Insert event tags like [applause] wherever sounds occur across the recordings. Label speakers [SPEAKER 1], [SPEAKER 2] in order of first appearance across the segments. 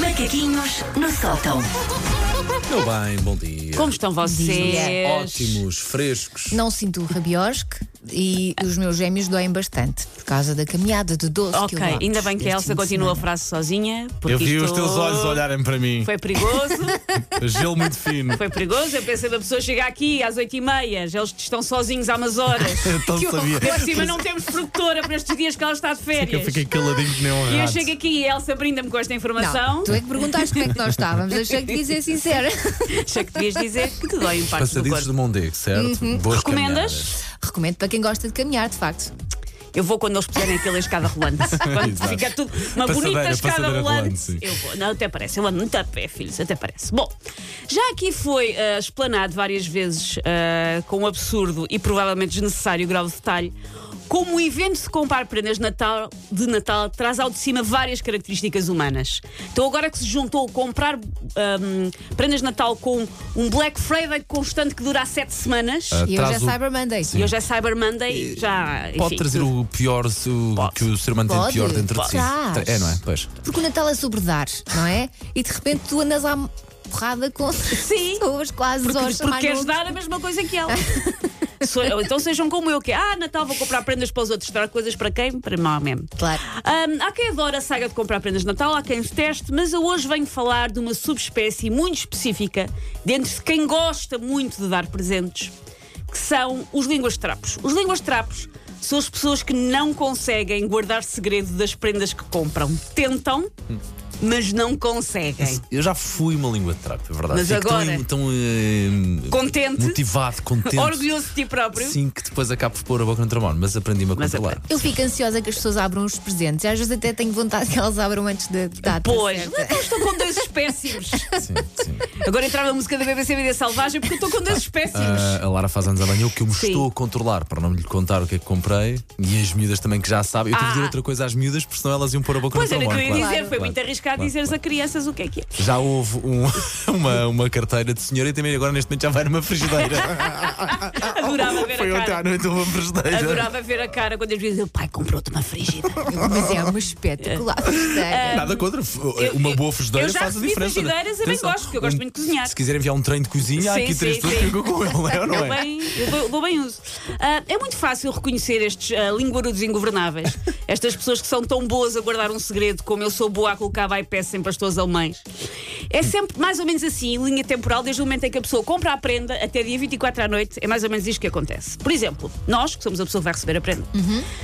[SPEAKER 1] Macaquinhos no sótão.
[SPEAKER 2] Meu bem, bom dia.
[SPEAKER 3] Como estão
[SPEAKER 4] É
[SPEAKER 3] vocês?
[SPEAKER 2] Ótimos, frescos.
[SPEAKER 4] Não sinto rabiosque e os meus gêmeos doem bastante por causa da caminhada de 12
[SPEAKER 3] Ok,
[SPEAKER 4] km.
[SPEAKER 3] ainda bem que a Elsa continua a frase sozinha. Porque
[SPEAKER 5] Eu vi
[SPEAKER 3] isto
[SPEAKER 5] os teus olhos olharem para mim.
[SPEAKER 3] Foi perigoso,
[SPEAKER 5] Gelo muito fino.
[SPEAKER 3] foi perigoso. Eu pensei da pessoa chegar aqui às 8h30, já eles estão sozinhos há umas horas.
[SPEAKER 5] [laughs] Eu tão Então sabia.
[SPEAKER 3] Por cima não temos produtora para estes dias que ela está de
[SPEAKER 5] Eu
[SPEAKER 3] férias.
[SPEAKER 5] fiquei caladinho que nem um
[SPEAKER 3] E eu
[SPEAKER 5] rato.
[SPEAKER 3] chego aqui e a Elsa brinda-me com esta informação.
[SPEAKER 4] Não, tu é que perguntaste como é que nós estávamos. Achei que devia
[SPEAKER 3] [laughs]
[SPEAKER 4] ser sincera.
[SPEAKER 3] Achei que devias dizer que
[SPEAKER 5] [laughs]
[SPEAKER 3] te dói em partes do
[SPEAKER 2] Passadiços
[SPEAKER 3] corpo.
[SPEAKER 2] de Mondego, certo? Boas caminhadas.
[SPEAKER 3] Recomendas?
[SPEAKER 4] Recomendo para quem gosta de caminhar, de facto.
[SPEAKER 3] Eu vou quando eles puserem aquela escada rolante. Quando
[SPEAKER 2] Exato.
[SPEAKER 3] fica tudo uma
[SPEAKER 5] Passadeira,
[SPEAKER 3] bonita escada
[SPEAKER 5] passadeira rolante,
[SPEAKER 3] rolante.
[SPEAKER 5] sim.
[SPEAKER 3] eu vou. Não, até parece. Eu ando muito a pé, filhos, até parece. Bom, já aqui foi ah, explanado várias vezes ah, com um absurdo e provavelmente desnecessário grau de detalhe. Como o evento se comprar prendas de Natal, de Natal traz ao de cima várias características humanas. Então, agora que se juntou comprar ahm, prendas de Natal com um Black Friday constante que dura há sete semanas,
[SPEAKER 2] Ah,
[SPEAKER 4] E hoje é
[SPEAKER 2] Traz o-
[SPEAKER 4] Cyber Monday.
[SPEAKER 3] e hoje é Cyber Monday, já.
[SPEAKER 2] Pode
[SPEAKER 3] enfim,
[SPEAKER 2] trazer um o pior se o-
[SPEAKER 3] Pode.
[SPEAKER 2] que o ser humano tem de
[SPEAKER 4] Pode.
[SPEAKER 2] pior dentro de si.
[SPEAKER 4] Traz.
[SPEAKER 2] É, não é? Pois.
[SPEAKER 4] Porque o Natal é sobre dar, não é? E de repente tu andas à porrada com
[SPEAKER 3] Sim.
[SPEAKER 4] pessoas quase
[SPEAKER 3] Porque,
[SPEAKER 4] aos
[SPEAKER 3] porque queres
[SPEAKER 4] chamar-nos.
[SPEAKER 3] dar a mesma coisa que [laughs] ela. So- ou então sejam como eu, que é, ah, Natal vou comprar prendas para os outros. Dar coisas para quem? Para mim mesmo.
[SPEAKER 4] Claro.
[SPEAKER 3] Ahm, há quem adora a saga de comprar prendas de Natal, há quem se teste, mas eu hoje venho falar de uma subespécie muito específica dentro de quem gosta muito de dar presentes, que são os línguas de trapos. Os línguas de trapos são as pessoas que não conseguem guardar segredo das prendas que compram. Tentam, mas não conseguem.
[SPEAKER 2] Eu já fui uma língua de trapo, é verdade.
[SPEAKER 3] Mas
[SPEAKER 2] Fico
[SPEAKER 3] agora-
[SPEAKER 2] Tão, tão, eh,
[SPEAKER 3] Contente.
[SPEAKER 2] Motivado, contente.
[SPEAKER 3] [laughs] Orgulhoso de ti próprio.
[SPEAKER 2] Sim, que depois acabo por pôr a boca no tramão, mas aprendi-me a
[SPEAKER 3] Mas
[SPEAKER 2] controlar.
[SPEAKER 4] Eu fico ansiosa que as pessoas abram os presentes. E Às vezes até tenho vontade que elas abram antes da data.
[SPEAKER 3] Pois,
[SPEAKER 4] certa.
[SPEAKER 3] então estou com dois espécimes.
[SPEAKER 2] Tá Sim, sim.
[SPEAKER 3] Agora entrava a música da BBC Vida Selvagem porque eu estou com dois espécimes.
[SPEAKER 2] Ah, a Lara faz anos amanhã, o que eu me
[SPEAKER 3] Sim.
[SPEAKER 2] estou a controlar para não lhe contar o que é que comprei e as miúdas também que já sabem. Eu tive de
[SPEAKER 3] Ah.
[SPEAKER 2] dizer outra coisa às miúdas, porque senão elas iam pôr a boca
[SPEAKER 3] Pois
[SPEAKER 2] no
[SPEAKER 3] era o
[SPEAKER 2] trombone.
[SPEAKER 3] que eu ia
[SPEAKER 2] claro.
[SPEAKER 3] dizer, foi
[SPEAKER 2] Claro,
[SPEAKER 3] muito arriscado
[SPEAKER 2] claro,
[SPEAKER 3] dizeres
[SPEAKER 2] claro.
[SPEAKER 3] a crianças o que é que é.
[SPEAKER 2] Já houve um- [laughs] uma, uma carteira de senhora e também agora neste momento já vai numa frigideira.
[SPEAKER 3] [laughs] Adorava ver
[SPEAKER 5] Foi
[SPEAKER 3] a
[SPEAKER 5] ontem à
[SPEAKER 3] cara.
[SPEAKER 5] noite uma frigideira.
[SPEAKER 3] Adorava ver a cara quando eles dizem: o pai comprou-te uma frigida.
[SPEAKER 4] Mas é
[SPEAKER 3] [laughs]
[SPEAKER 4] uma espetacular. sério.
[SPEAKER 2] Nada contra. f-
[SPEAKER 3] eu-
[SPEAKER 2] Uma boa
[SPEAKER 3] eu
[SPEAKER 2] frigideira
[SPEAKER 3] já
[SPEAKER 2] faz a
[SPEAKER 3] recebi
[SPEAKER 2] diferença. não é?
[SPEAKER 3] frigideiras, eu bem
[SPEAKER 2] Atenção.
[SPEAKER 3] gosto, porque eu gosto
[SPEAKER 2] Um-
[SPEAKER 3] muito de cozinhar.
[SPEAKER 2] Se quiser enviar um trem de cozinha, há
[SPEAKER 3] Sim,
[SPEAKER 2] aqui
[SPEAKER 3] sim,
[SPEAKER 2] três pessoas
[SPEAKER 3] sim.
[SPEAKER 2] que ficam com ele, é ou não
[SPEAKER 3] Eu
[SPEAKER 2] é?
[SPEAKER 3] bem, eu bem- dou bem uso. Ah, é muito fácil reconhecer estes ah,
[SPEAKER 2] [laughs]
[SPEAKER 3] linguarudos ingovernáveis, estas pessoas que são tão boas a guardar um segredo como eu sou boa a colocar bypass em pastores alemães. É sempre mais ou menos assim, em linha temporal, desde o momento em que a pessoa compra a prenda até dia 24 à noite, é mais ou menos isto que acontece. Por exemplo, nós, que somos a pessoa que vai receber a prenda,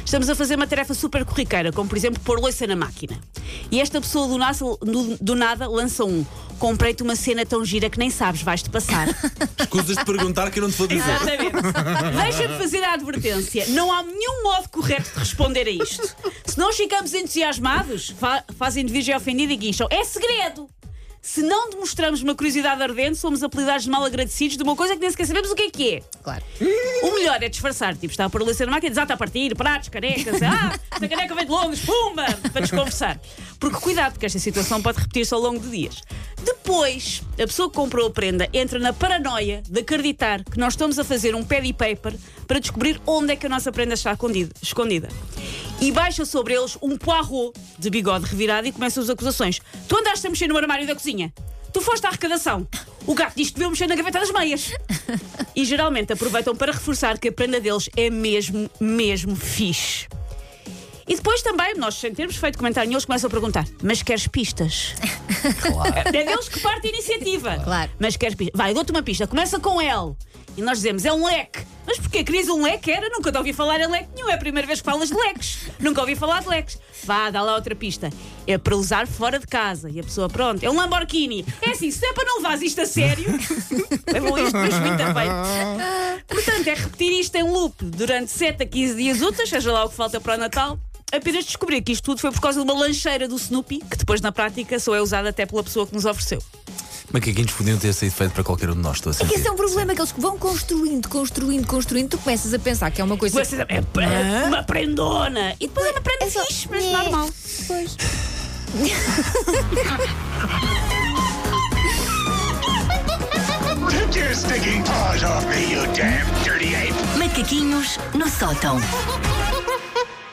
[SPEAKER 3] estamos a fazer uma tarefa super corriqueira, como por exemplo pôr louça na máquina. E esta pessoa do, nasa- do- do nada lança um: Comprei-te uma cena tão gira que nem sabes, vais-te passar.
[SPEAKER 2] Escusas de perguntar que eu não te vou dizer.
[SPEAKER 3] Exatamente. [laughs] Deixa-me fazer a advertência. Não há nenhum modo correto de responder a isto. Se nós ficamos entusiasmados, fa fazem de virgem ofendida e guincham. É segredo! Se não demonstramos uma curiosidade ardente, somos apelidados de mal agradecidos de uma coisa que nem sequer sabemos o que é que é.
[SPEAKER 4] Claro.
[SPEAKER 3] O melhor é disfarçar. Tipo, está a pôr a louça na máquina, desata a partir, pratos, canecas. Ah, esta caneca vem de Londres, pumba! Para desconversar. Porque cuidado, porque esta situação pode repetir-se ao longo de dias. Depois, a pessoa que comprou a prenda entra na paranoia de acreditar que nós estamos a fazer um paddy paper para descobrir onde é que a nossa prenda está escondida. escondida. E baixa sobre eles um poirot de bigode revirado e começam as acusações. Tu andaste a mexer no armário da cozinha? Tu foste à arrecadação? O gato diz que deveu mexer na gaveta das meias. E geralmente aproveitam para reforçar que a prenda deles é mesmo, mesmo fixe. E depois também, nós sem termos feito comentário, nenhum, eles começam a perguntar: Mas queres
[SPEAKER 4] [laughs]
[SPEAKER 3] pistas?
[SPEAKER 2] Claro.
[SPEAKER 3] É deles que parte a iniciativa.
[SPEAKER 4] Claro.
[SPEAKER 3] Mas queres pistas? Vai, eu dou-te uma pista, começa com L. E nós dizemos: É um leque. Mas porquê? Querias um leque? Era? Nunca te ouvi falar em leque nenhum. É a primeira vez que falas de leques. Nunca ouvi falar de leques. Vá, dá lá outra pista. É para usar fora de casa. E a pessoa, pronto, é um Lamborghini. É assim, se é para não levares isto a sério, [laughs] levam isto depois muito bem. Portanto, é repetir isto em loop durante 7 a 15 dias úteis, seja lá o que falta para o Natal. Apenas descobri que isto tudo foi por causa de uma lancheira do Snoopy, que depois na prática só é usada até pela pessoa que nos ofereceu.
[SPEAKER 2] Macaquinhos podiam ter sido feito para qualquer um de nós, estou a
[SPEAKER 4] É que esse
[SPEAKER 2] sentir.
[SPEAKER 4] é um problema que eles vão construindo, construindo, construindo. Tu começas a pensar que é uma coisa.
[SPEAKER 3] Vocês- é p- é uma prendona! E depois é uma prenda
[SPEAKER 4] É só-
[SPEAKER 3] fixe, mas
[SPEAKER 4] É.
[SPEAKER 3] normal.
[SPEAKER 4] Pois.
[SPEAKER 6] Take your stinking paws off me, you damn dirty ape!
[SPEAKER 1] Macaquinhos no sótão.